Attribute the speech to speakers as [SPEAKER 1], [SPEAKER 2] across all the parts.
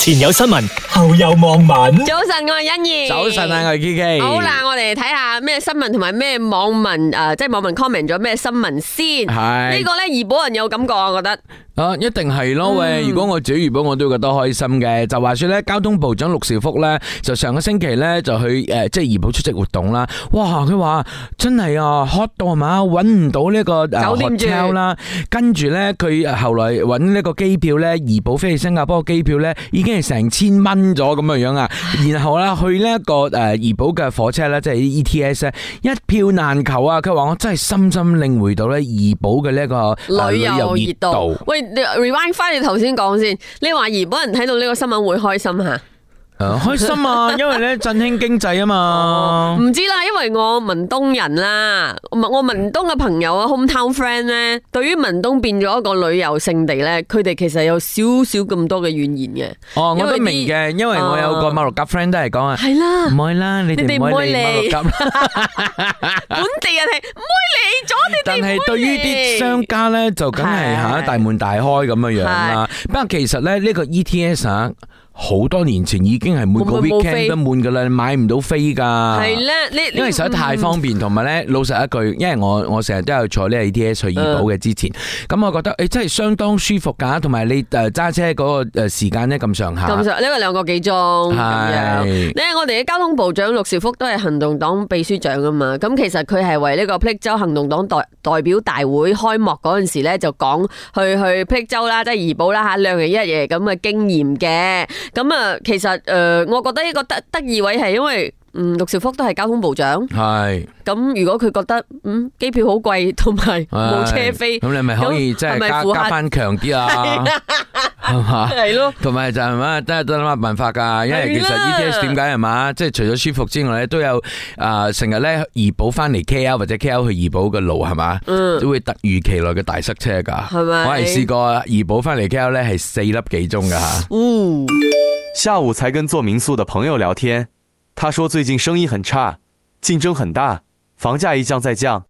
[SPEAKER 1] 前有新聞，後有網民。
[SPEAKER 2] 早晨，我係欣怡。
[SPEAKER 3] 早晨啊，我係 K K。
[SPEAKER 2] 好啦，，我哋睇下咩新聞同埋咩網民誒、呃即係網民 comment 咗咩新聞先。
[SPEAKER 3] 係
[SPEAKER 2] 呢個咧，怡保人有感覺啊，我覺得。
[SPEAKER 3] 啊，一定係
[SPEAKER 2] 嗯
[SPEAKER 3] 咯喂！如果我煮魚餅，我都會覺得開心嘅。就話說咧，交通部長陸兆福咧，就上個星期咧就去誒、呃即係怡保出席活動啦。哇！佢話真係啊，hot 到係嘛，揾唔到呢、個呃誒
[SPEAKER 2] 酒店住
[SPEAKER 3] hotel 啦。跟住咧，佢誒後來揾呢個機票咧，怡保飛去新加坡嘅機票咧，已經係成千蚊咗咁樣樣啊。然後咧，去呢一個誒怡保嘅火車咧，即係 E ETS 咧，一票難求啊！佢話我真係深深領會到咧怡保嘅呢一個呃
[SPEAKER 2] 旅遊熱
[SPEAKER 3] 熱度
[SPEAKER 2] 度。。喂你，rewind 翻你頭先講先，你話怡保人睇到呢個新聞會開心吓？
[SPEAKER 3] 誒、Ờ, 開心啊，因為咧振興經濟啊嘛。
[SPEAKER 2] 唔知啦，因為我文東人啦，我我文東嘅朋友啊，hometown friend 咧，對於文東變咗一個旅遊勝地咧，佢哋其實有少少咁多嘅怨言 嘅。
[SPEAKER 3] 哦，我
[SPEAKER 2] 因為
[SPEAKER 3] 都
[SPEAKER 2] 啲
[SPEAKER 3] 明嘅，因為我有個馬六甲 friend 都係講啊，
[SPEAKER 2] 係啦
[SPEAKER 3] 唔可以啦，你
[SPEAKER 2] 你
[SPEAKER 3] 哋
[SPEAKER 2] 哋
[SPEAKER 3] 唔
[SPEAKER 2] 唔
[SPEAKER 3] 可
[SPEAKER 2] 可以
[SPEAKER 3] 以嚟馬六甲啦。
[SPEAKER 2] 本地人係唔會嚟咗，
[SPEAKER 3] 但
[SPEAKER 2] 你哋
[SPEAKER 3] 係
[SPEAKER 2] 唔會
[SPEAKER 3] 對於啲
[SPEAKER 2] 嚟
[SPEAKER 3] 商家咧，就梗係嚇
[SPEAKER 2] 係
[SPEAKER 3] 大門大開咁樣樣啦。不過其實咧，呢個 E ETS 啊，好多年前已經係每個
[SPEAKER 2] 會唔會冇
[SPEAKER 3] weekend
[SPEAKER 2] 飛
[SPEAKER 3] 都滿噶啦，你買唔到飛㗎。
[SPEAKER 2] 係咧，你
[SPEAKER 3] 因為實在
[SPEAKER 2] 嗯
[SPEAKER 3] 太方便，同埋咧老實一句，因為我我成日都有坐呢個 ETS 去怡
[SPEAKER 2] 嗯
[SPEAKER 3] 保嘅之前，咁我覺得誒真係相當舒服㗎，同埋你誒揸車嗰個誒時間咧咁上下，
[SPEAKER 2] 咁上呢個兩個幾鐘咁樣。
[SPEAKER 3] 係
[SPEAKER 2] 咧，我哋嘅交通部長陸兆福都係行動黨秘書長啊嘛，咁其實佢係為呢個霹靂州行動黨代代表大會開幕嗰陣時咧，就講去去霹靂州啦，即係怡保啦嚇，兩日一夜咁嘅經驗嘅。咁啊，其實誒、呃我覺得呢個得得意位係因為。嗯，陸兆福都係交通部長，
[SPEAKER 3] 係
[SPEAKER 2] 咁如果佢覺得嗯機票好貴同埋冇車飛，
[SPEAKER 3] 咁你咪可以即係
[SPEAKER 2] 係咪
[SPEAKER 3] 加
[SPEAKER 2] 符合
[SPEAKER 3] 加翻強 啲啊，係嘛？
[SPEAKER 2] 係咯。
[SPEAKER 3] 同埋就係嘛，都係都諗下辦法㗎，因為其 E 實
[SPEAKER 2] 係啦
[SPEAKER 3] ETS 點解係嘛，即係除咗舒服之外咧，都有啊成日咧怡保翻嚟 KL 或者 KL 去怡保嘅路係嘛，
[SPEAKER 2] 嗯
[SPEAKER 3] 都會突如其來嘅大塞車㗎。
[SPEAKER 2] 係咪
[SPEAKER 3] 我係試過怡保翻嚟 KL 咧係四粒幾鐘㗎嚇。
[SPEAKER 2] 哦
[SPEAKER 4] 下午才跟做民宿的朋友聊天，他说最近生意很差，竞争很大，房价一降再降。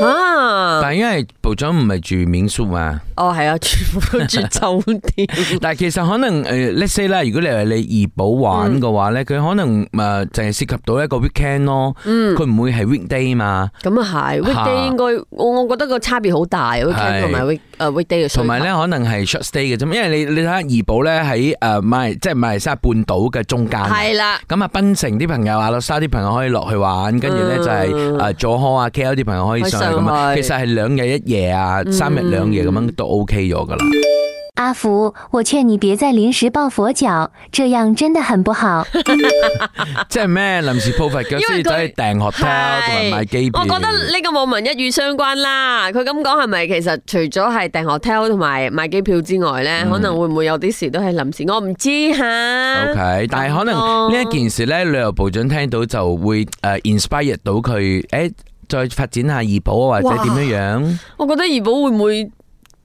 [SPEAKER 2] 啊，
[SPEAKER 3] 但係因為部長唔係住民宿嘛，
[SPEAKER 2] 哦係啊，全部 都住酒店，
[SPEAKER 3] 但係其實可能誒 let's say 啦，如果你係你怡保玩嘅話咧，佢可能誒淨係涉及到一個 weekend 咯，佢唔會係 weekday 嘛。
[SPEAKER 2] 咁啊係
[SPEAKER 3] 嚇
[SPEAKER 2] ，weekday 應該我我覺得個差別好大，weekend 同埋 week 誒 weekday 嘅需求
[SPEAKER 3] 同埋咧，可能係 short stay 嘅啫，因為你你睇下怡保咧喺誒馬來即係馬來西亞半島嘅中間，
[SPEAKER 2] 係啦，
[SPEAKER 3] 咁啊檳城啲朋友啊、老沙啲朋友可以落去玩，跟住咧
[SPEAKER 2] 嗯
[SPEAKER 3] 就係誒佐科啊、KL 啲朋友可以上去咁啊。
[SPEAKER 2] 可
[SPEAKER 3] 其
[SPEAKER 2] 以上去
[SPEAKER 3] 實係兩日一夜啊、三日兩夜咁樣都 OK 咗噶啦。
[SPEAKER 5] 阿福，我劝你别再临时抱佛脚，这样真的很不好。
[SPEAKER 3] 即係咩臨時抱佛腳
[SPEAKER 2] 因
[SPEAKER 3] 先
[SPEAKER 2] 為佢
[SPEAKER 3] 走去訂 hotel 同埋買機票。
[SPEAKER 2] 我覺得呢個網民一語相關啦。佢咁講係咪其實除咗係訂 hotel 同埋買機票之外咧，可能會唔會有啲事都係臨時？我唔知吓。
[SPEAKER 3] O K，但係
[SPEAKER 2] 啊
[SPEAKER 3] 可能呢一件事咧，旅遊部長聽到就會誒 inspire 到佢，誒再發展下怡保啊，或者點樣樣。
[SPEAKER 2] 我覺得怡保會唔會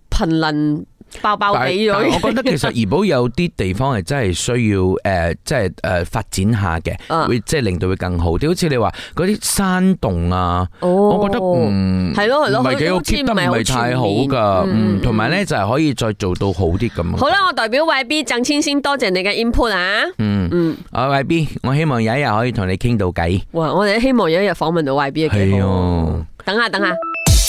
[SPEAKER 2] 貧能爆爆
[SPEAKER 3] 但
[SPEAKER 2] 地
[SPEAKER 3] 係但係
[SPEAKER 2] 咗？
[SPEAKER 3] 我覺得 其實怡保有啲地方係真係需要誒，即係誒發展下嘅，
[SPEAKER 2] 啊
[SPEAKER 3] 會即係令到佢更好啲。好似你話嗰啲山洞啊，
[SPEAKER 2] 哦
[SPEAKER 3] 我覺得嗯
[SPEAKER 2] 係咯係咯
[SPEAKER 3] 唔係幾好
[SPEAKER 2] 好似
[SPEAKER 3] keep 得
[SPEAKER 2] 唔係
[SPEAKER 3] 唔
[SPEAKER 2] 好
[SPEAKER 3] 係太好
[SPEAKER 2] 全面
[SPEAKER 3] 㗎，
[SPEAKER 2] 嗯
[SPEAKER 3] 嗯，同埋咧就係可以再做到好啲咁。
[SPEAKER 2] 好啦，我代表 YB 贈千先，多謝你嘅 input 啊！
[SPEAKER 3] 嗯
[SPEAKER 2] 嗯，
[SPEAKER 3] 啊，Y B，我希望有一日可以同你傾到偈。
[SPEAKER 2] 哇！我哋希望有一日訪問到 YB 嘅幾
[SPEAKER 3] 係
[SPEAKER 2] 好
[SPEAKER 3] 啊。
[SPEAKER 2] 等下等下，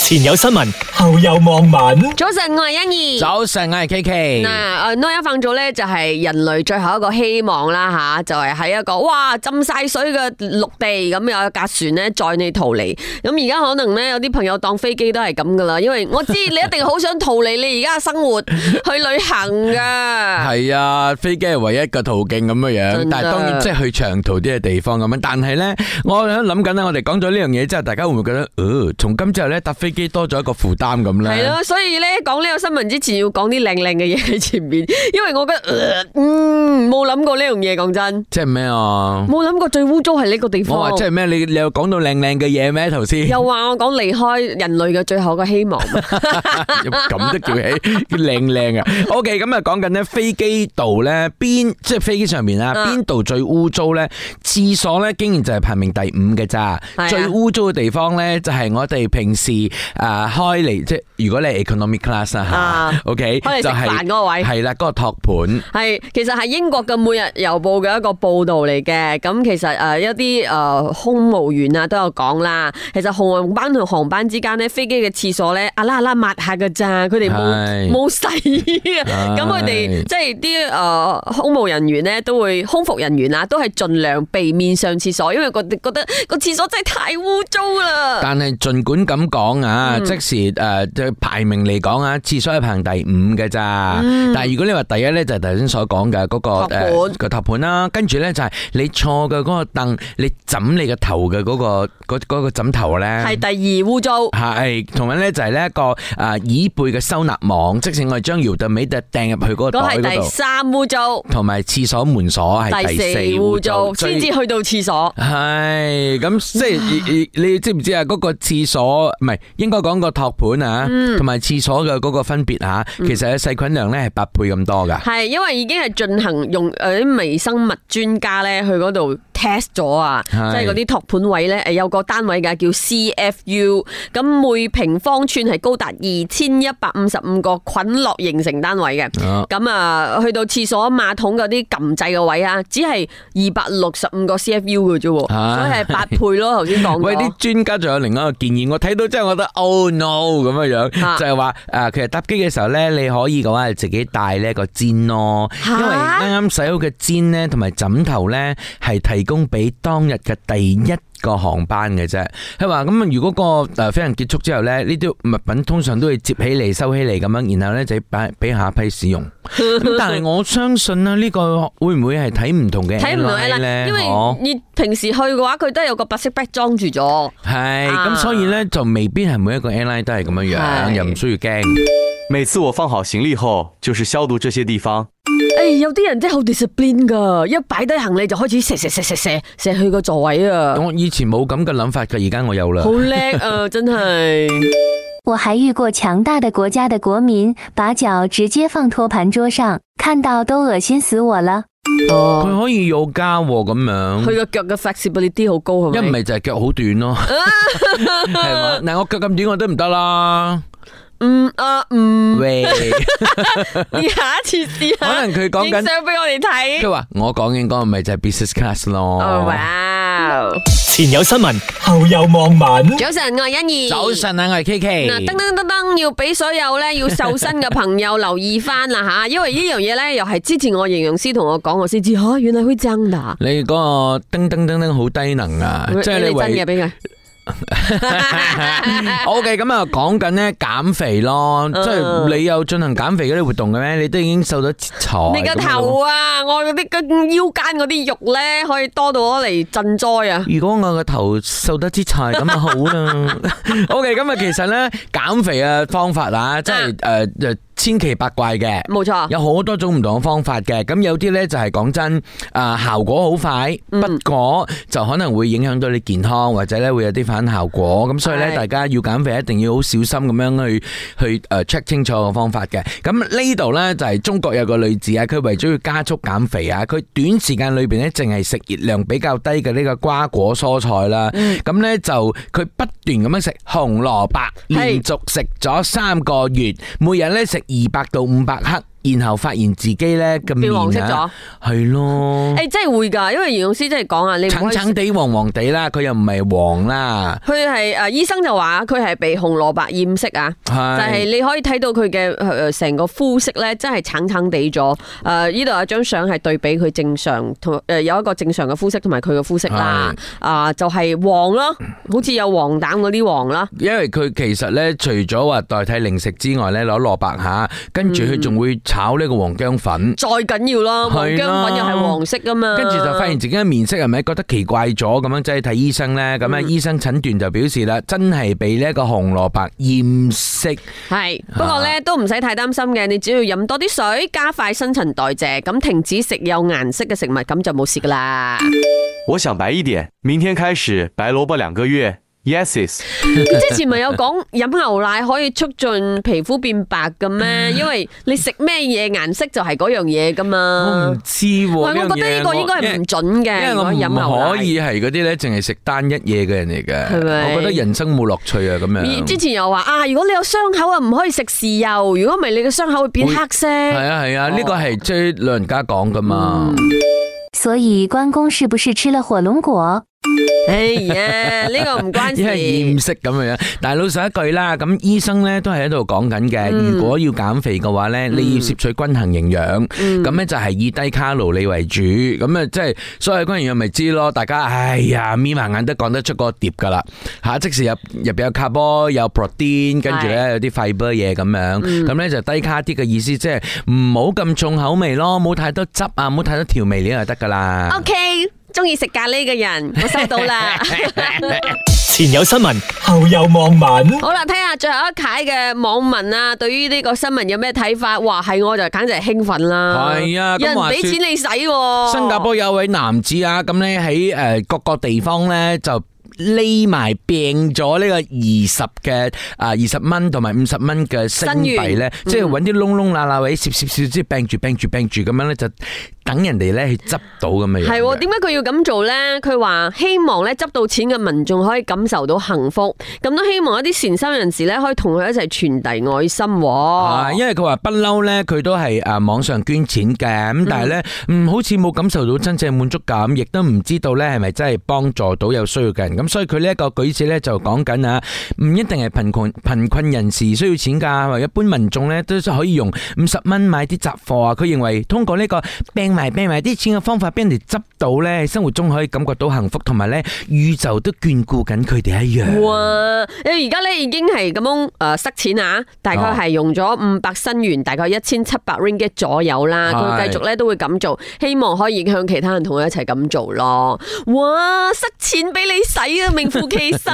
[SPEAKER 1] 前有新聞，後有網民。
[SPEAKER 2] 早晨，我係欣怡。
[SPEAKER 3] 早晨，我係 K K。
[SPEAKER 2] 嗱，誒 Noah 放早咧就係人類最後一個希望啦吓，就係喺一個哇浸晒水嘅陸地咁有一架船咧載你逃離。咁而家可能咧有啲朋友當飛機都係咁噶啦，因為我知你一定好想逃離你而家嘅生活去旅行噶。
[SPEAKER 3] 系啊，飛機係唯一嘅途徑咁樣樣，
[SPEAKER 2] 真㗎
[SPEAKER 3] 但係當然即係去長途啲嘅地方咁樣。但係咧，我喺度諗緊咧，我哋講咗呢樣嘢之後，大家會唔會覺得，呃，從今之後咧搭飛機多咗一個負擔咁
[SPEAKER 2] 係
[SPEAKER 3] 咧？
[SPEAKER 2] 咯，所以咧講呢個新聞之前要講啲靚靚嘅嘢喺前面，因為我覺得，呃嗯，冇諗過呢樣嘢，講真，
[SPEAKER 3] 即係咩啊？
[SPEAKER 2] 冇諗過最污糟係呢個地
[SPEAKER 3] 我
[SPEAKER 2] 方
[SPEAKER 3] 話。即係咩？你你有講到靚靚嘅嘢咩？頭先
[SPEAKER 2] 又話我講離開人類嘅最後嘅希望。
[SPEAKER 3] 咁都叫起靚靚啊！OK，咁啊講緊咧飛機度咧邊即係飛機上面啊
[SPEAKER 2] 啊
[SPEAKER 3] 邊度最污糟咧？廁所咧竟然就係排名第五嘅咋
[SPEAKER 2] 係，啊
[SPEAKER 3] 最污糟嘅地方咧就係我哋平時啊開嚟即係如果你係 economy class 啊
[SPEAKER 2] 啊
[SPEAKER 3] 嚇，OK
[SPEAKER 2] 開嚟食
[SPEAKER 3] 就係
[SPEAKER 2] 飯嗰個位
[SPEAKER 3] 係啦嗰個托盤。
[SPEAKER 2] 係，其實係英英國嘅每日郵報嘅一個報導嚟嘅，咁其實誒、呃一啲誒、呃空務員啊都有講啦，其實航班同航班之間咧，飛機嘅廁所咧，啊啦啊啦抹下嘅咋，佢哋
[SPEAKER 3] 係
[SPEAKER 2] 冇冇洗啊，
[SPEAKER 3] 係
[SPEAKER 2] 咁佢哋即係啲誒空務人員咧都會空服人員啊，都係盡量避免上廁所，因為覺得覺得個廁所真係太污糟啦。
[SPEAKER 3] 但係盡管咁講啊，
[SPEAKER 2] 嗯
[SPEAKER 3] 即時诶，即係排名嚟講啊，廁所係排行第五嘅咋。但係如果你話第一咧，就係頭先所講嘅嗰個
[SPEAKER 2] 嗯托盤
[SPEAKER 3] 誒個托盤啦，跟住咧就係你坐嘅嗰個凳，你枕你個頭嘅嗰個嗰嗰個枕頭咧，
[SPEAKER 2] 係第二污糟，
[SPEAKER 3] 系，同埋咧就係呢一個诶椅背嘅收納網，即使我哋將搖凳尾就掟入去嗰個袋
[SPEAKER 2] 嗰係
[SPEAKER 3] 嗰
[SPEAKER 2] 第
[SPEAKER 3] 度，
[SPEAKER 2] 三污糟，
[SPEAKER 3] 同埋廁所門鎖係
[SPEAKER 2] 第
[SPEAKER 3] 第
[SPEAKER 2] 四
[SPEAKER 3] 四
[SPEAKER 2] 污
[SPEAKER 3] 污
[SPEAKER 2] 糟，
[SPEAKER 3] 糟，
[SPEAKER 2] 先至去到廁所。
[SPEAKER 3] 系咁，即系你你知唔知啊？嗰、個个厕所唔系应该讲个托盘啊，同埋厕所嘅嗰个分别吓，其实嘅细菌量咧系八倍咁多噶。
[SPEAKER 2] 係，因為已經係進行用誒啲微生物專家咧去嗰度 test 咗啊，即
[SPEAKER 3] 係
[SPEAKER 2] 係嗰啲托盤位咧，誒有個單位㗎叫 CFU，咁每平方寸係高達二千一百五十五個菌落形成單位嘅。
[SPEAKER 3] 啊
[SPEAKER 2] 咁啊，去到廁所馬桶嗰啲撳掣嘅位啊，只係二百六十五個 CFU 嘅啫喎，
[SPEAKER 3] 係
[SPEAKER 2] 所以係八倍咯。頭先講
[SPEAKER 3] 喂，
[SPEAKER 2] 咗
[SPEAKER 3] 啲。專家仲有另一個建議，我睇到之後，我覺得 oh no 咁樣
[SPEAKER 2] 啊
[SPEAKER 3] 樣，就係話誒，其實搭機嘅時候咧，你可以嘅話係自己帶呢個氈咯，
[SPEAKER 2] 嚇
[SPEAKER 3] 因為啱啱洗好嘅氈咧，同埋枕頭咧係提供俾當日嘅第一。個航班嘅啫，佢話咁啊，如果個誒飛行結束之後咧，呢啲物品通常都會接起嚟、收起嚟咁樣，然後咧就擺俾下一批使用。咁但係我相信啦，呢個會唔會係睇唔同 嘅
[SPEAKER 2] 睇唔到
[SPEAKER 3] airline
[SPEAKER 2] 啦，
[SPEAKER 3] 哦咧？
[SPEAKER 2] 因為
[SPEAKER 3] 嗬
[SPEAKER 2] 你平時去嘅話，佢都有個白色 bag 裝住咗。
[SPEAKER 3] 系，
[SPEAKER 2] 啊
[SPEAKER 3] 咁所以咧就未必係每一個 airline 都係咁樣
[SPEAKER 2] 係
[SPEAKER 3] 樣，又唔需要驚。
[SPEAKER 4] 每次我放好行李后，就是消毒这些地方。
[SPEAKER 2] 诶、哎有啲人真係好 discipline 噶，一擺低行李就開始射射射射射射去個座位啊，
[SPEAKER 3] 我以前冇咁嘅諗法嘅，而家我有啦
[SPEAKER 2] 好。叻 啊，真係。
[SPEAKER 5] 我还遇过强大的国家的国民把脚直接放托盘桌上，看到都恶心死我了。
[SPEAKER 2] 哦，
[SPEAKER 3] 佢可以有加喎咁樣，
[SPEAKER 2] 佢個腳嘅 flexibility 好高係
[SPEAKER 3] 一唔
[SPEAKER 2] 咪？
[SPEAKER 3] 係就係腳好 短咯，係嘛？嗱，我腳咁短我都唔得啦。
[SPEAKER 2] 嗯啊 嗯，
[SPEAKER 3] 喂，
[SPEAKER 2] 你下一次試
[SPEAKER 3] 可
[SPEAKER 2] 下
[SPEAKER 3] 能佢講
[SPEAKER 2] 影
[SPEAKER 3] 緊，
[SPEAKER 2] 相俾我哋睇。
[SPEAKER 3] 佢話我講緊嗰個咪就係 business class
[SPEAKER 2] 哦，
[SPEAKER 3] 咯。
[SPEAKER 2] 哇！
[SPEAKER 1] 前有新聞，後有望文。
[SPEAKER 2] 早晨，我係欣怡。
[SPEAKER 3] 早。晨啊，我係 K
[SPEAKER 2] 嗱，噔
[SPEAKER 3] K。
[SPEAKER 2] 噔噔噔，要俾所有咧要瘦身嘅朋友留意翻啦吓，因為呢樣嘢咧又係之前我營養師同我講，我先知吓，啊原來會增噶，
[SPEAKER 3] 你嗰個噔噔噔噔好低能啊！即
[SPEAKER 2] 俾
[SPEAKER 3] 係
[SPEAKER 2] 你真
[SPEAKER 3] 你為
[SPEAKER 2] 嘅 俾佢。
[SPEAKER 3] O K，咁啊，講緊咧減肥咯，
[SPEAKER 2] 嗯
[SPEAKER 3] 即係你有進行減肥嗰啲活動嘅咩？你都已經瘦咗切材，
[SPEAKER 2] 你個頭啊，我嗰啲跟腰間嗰啲肉咧，可以多到攞嚟賑災啊！
[SPEAKER 3] 如果我個頭瘦得支柴咁啊好 啦。O K，咁啊其實咧減肥嘅方法啊，即係诶诶千奇百怪嘅，
[SPEAKER 2] 冇錯，
[SPEAKER 3] 有好多種唔同嘅方法嘅。咁有啲咧就係講真，啊效果好快，
[SPEAKER 2] 嗯
[SPEAKER 3] 不過就可能會影響到你健康，或者咧會有啲反效果。咁所以咧，
[SPEAKER 2] 係
[SPEAKER 3] 大家要減肥一定要好小心咁樣去去诶 check 清楚個方法嘅。咁呢度咧就係中國有個女子啊，佢為咗要加速減肥啊，佢短時間裏边咧淨係食熱量比較低嘅呢個瓜果蔬菜啦。咁咧就佢不斷咁樣食紅蘿蔔，連續食咗三個月，每日咧食二百到五百克。然後發現自己咧嘅面
[SPEAKER 2] 變黃色咗
[SPEAKER 3] 啊，嗯係咯，
[SPEAKER 2] 誒真係會㗎，因為營養師真係講啊，你唔
[SPEAKER 3] 橙
[SPEAKER 2] 可以
[SPEAKER 3] 橙地黃黃地啦，佢又唔係黃啦，
[SPEAKER 2] 佢係誒醫生就話佢係被紅蘿蔔染色啊，就係
[SPEAKER 3] 係
[SPEAKER 2] 你可以睇到佢嘅誒成個膚色咧，真係橙橙地咗。誒呢度有張相係對比佢正常同誒有一個正常嘅膚色同埋佢嘅膚色啦，啊就係黃咯，好似有黃疸嗰啲黃啦。
[SPEAKER 3] 因為佢其實咧，除咗話代替零食之外咧，攞蘿蔔嚇，跟住
[SPEAKER 2] 嗯
[SPEAKER 3] 佢仲會炒呢個黃姜粉。
[SPEAKER 2] 再緊要啦，黃
[SPEAKER 3] 係
[SPEAKER 2] 姜
[SPEAKER 3] 啦
[SPEAKER 2] 粉又係黃色㗎嘛，
[SPEAKER 3] 跟住就發現自己嘅面色係咪覺得奇怪咗咁樣，即係睇醫生咧。咁啊，
[SPEAKER 2] 嗯
[SPEAKER 3] 醫生診斷就表示啦，真係被呢一個紅蘿蔔染色。
[SPEAKER 2] 系，不過咧都唔使太擔心嘅，你只要飲多啲水，加快新陳代謝，咁停止食有顏色嘅食物， 咁就冇事噶啦。
[SPEAKER 4] 我想白一点，明天开始白萝卜两个月， Yes is
[SPEAKER 2] 之前咪有講飲牛奶可以促進皮膚變白嘅咩？因為你食咩嘢顏色就係嗰樣嘢噶
[SPEAKER 3] 我
[SPEAKER 2] 嘛
[SPEAKER 3] 唔。知喎，
[SPEAKER 2] 喂我覺得呢個
[SPEAKER 3] 樣嘢
[SPEAKER 2] 應該係唔準
[SPEAKER 3] 因為
[SPEAKER 2] 嘅。如果飲
[SPEAKER 3] 我
[SPEAKER 2] 牛
[SPEAKER 3] 唔可
[SPEAKER 2] 奶。
[SPEAKER 3] 以係嗰啲咧，淨係食單一嘢嘅人嚟
[SPEAKER 2] 係咪
[SPEAKER 3] 嘅。我覺得人生冇樂趣啊，咁
[SPEAKER 2] 而之
[SPEAKER 3] 樣。
[SPEAKER 2] 前又話啊，如果你有傷口啊，唔可以食豉油，如果唔係你嘅傷口會變黑色。
[SPEAKER 3] 係啊係啊，呢個係追老人家講噶嘛。
[SPEAKER 2] 嗯
[SPEAKER 5] 所以关公是不是吃了火龙果？
[SPEAKER 2] 哎呀，呢個唔關
[SPEAKER 3] 因為
[SPEAKER 2] 事
[SPEAKER 3] 厭。食咁樣，但係老實一句啦，咁醫生咧都係喺度講緊嘅。
[SPEAKER 2] 嗯
[SPEAKER 3] 如果要減肥嘅話咧，你要攝取均衡營養，咁咧就係以低卡路里為主。咁啊，即係所謂均衡營養咪知咯。大家哎呀，眯埋眼都講得出個碟噶啦嚇，即時入入邊有 c a r b 有 protein，跟住咧有啲 fiber 嘢咁樣。咁咧就低卡啲嘅意思，即係唔好咁重口味咯，冇太多汁啊，唔好太多調味料就得噶啦。
[SPEAKER 2] O K，中意食咖喱嘅人，我收到 啦。
[SPEAKER 1] 前有新聞，後有網民。
[SPEAKER 2] 好啦，睇下最後一屆嘅網民啊，對於呢個新聞有咩睇法？哇，係我就簡直係興奮啦！
[SPEAKER 3] 係啊
[SPEAKER 2] 有
[SPEAKER 3] 咁
[SPEAKER 2] 人
[SPEAKER 3] 話
[SPEAKER 2] 俾
[SPEAKER 3] 說
[SPEAKER 2] 錢你使喎。
[SPEAKER 3] 新加坡有位男子啊，咁咧喺诶各個地方咧就。匿埋病咗呢個二十嘅啊二十蚊同埋五十蚊嘅星幣咧，
[SPEAKER 2] 新元
[SPEAKER 3] 即係揾啲窿窿罅罅位攝攝攝，即係病住病住病住咁樣咧，就等人哋咧去執到咁嘅樣嘅。
[SPEAKER 2] 係喎，點解佢要咁做呢？佢話希望咧執到錢嘅民眾可以感受到幸福，咁都希望一啲善心人士咧可以同佢一齊傳遞愛心喎。
[SPEAKER 3] 啊，因為佢話不嬲咧，佢都係啊網上捐錢嘅，咁但係咧，嗯，好似冇感受到真正滿足感，亦都唔知道咧係咪真係幫助到有需要嘅人，咁所以佢呢一個舉止咧就講緊啊，唔一定係貧窮貧困人士需要錢㗎，或者一般民眾咧都可以用五十蚊買啲雜貨啊。佢認為通過呢個病埋病埋啲錢嘅方法，俾人哋執到咧，生活中可以感覺到幸福，同埋咧宇宙都眷顧緊佢哋一樣。
[SPEAKER 2] 哇！你而家咧已經係咁樣誒塞錢啊，大概係用咗五百新元，大概一千七百 ringgit 左右啦。佢
[SPEAKER 3] 係
[SPEAKER 2] 繼續咧都會咁做，希望可以影響其他人同佢一齊咁做咯。哇！塞錢俾你使啊，名副其實。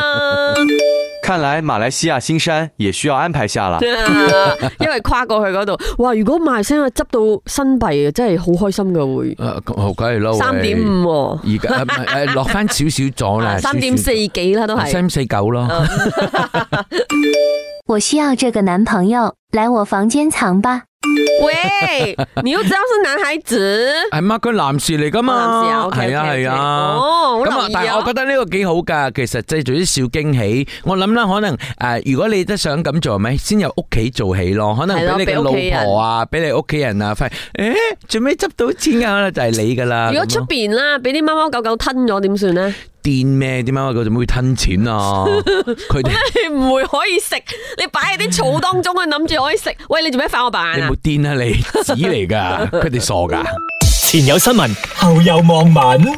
[SPEAKER 4] 看来马来西亚新山也需要安排下了。
[SPEAKER 2] 因為跨過去嗰度，哇！如果賣聲啊執到新幣啊，真係好開心嘅會。
[SPEAKER 3] 誒，咁梗係啦，
[SPEAKER 2] 三點
[SPEAKER 3] 喂
[SPEAKER 2] 五喎，
[SPEAKER 3] 而家 啊唔係誒落翻少少咗啦，
[SPEAKER 2] 三點四幾啦都係。
[SPEAKER 3] 三四九咯。
[SPEAKER 5] 我需要这个男朋友，来我房间藏吧。
[SPEAKER 2] 喂，你又知道是男孩子？
[SPEAKER 3] 係嘛，佢男士嚟噶
[SPEAKER 2] 男士啊
[SPEAKER 3] 嘛，
[SPEAKER 2] ，OK，OK，
[SPEAKER 3] 係啊
[SPEAKER 2] OK，
[SPEAKER 3] 係啊。
[SPEAKER 2] 哦，
[SPEAKER 3] 咁
[SPEAKER 2] 好
[SPEAKER 3] 啊
[SPEAKER 2] 留，意
[SPEAKER 3] 但係
[SPEAKER 2] 啊
[SPEAKER 3] 我。覺得呢個幾好㗎，其實製造啲小驚喜。我諗啦，可能誒，如果你都想咁做，係咪先由屋企做起咯？可能
[SPEAKER 2] 係咯
[SPEAKER 3] 俾你個
[SPEAKER 2] 俾屋
[SPEAKER 3] 老
[SPEAKER 2] 企人
[SPEAKER 3] 婆啊，俾你屋企人啊，發現誒最尾執到錢嘅可能就係你㗎啦。
[SPEAKER 2] 如果
[SPEAKER 3] 咁
[SPEAKER 2] 出
[SPEAKER 3] 咯
[SPEAKER 2] 邊啦，俾啲貓貓狗狗吞咗點算咧？
[SPEAKER 3] 癲咩？點解我做咩會 吞錢啊？佢哋
[SPEAKER 2] 你唔會可以食， 你擺喺啲草當中，佢啊諗住可以食。喂，你做咩反我白眼
[SPEAKER 3] 你有
[SPEAKER 2] 啊
[SPEAKER 3] 冇？癲啊你？紙嚟㗎，佢哋傻㗎。
[SPEAKER 1] 前有新聞，後有網民。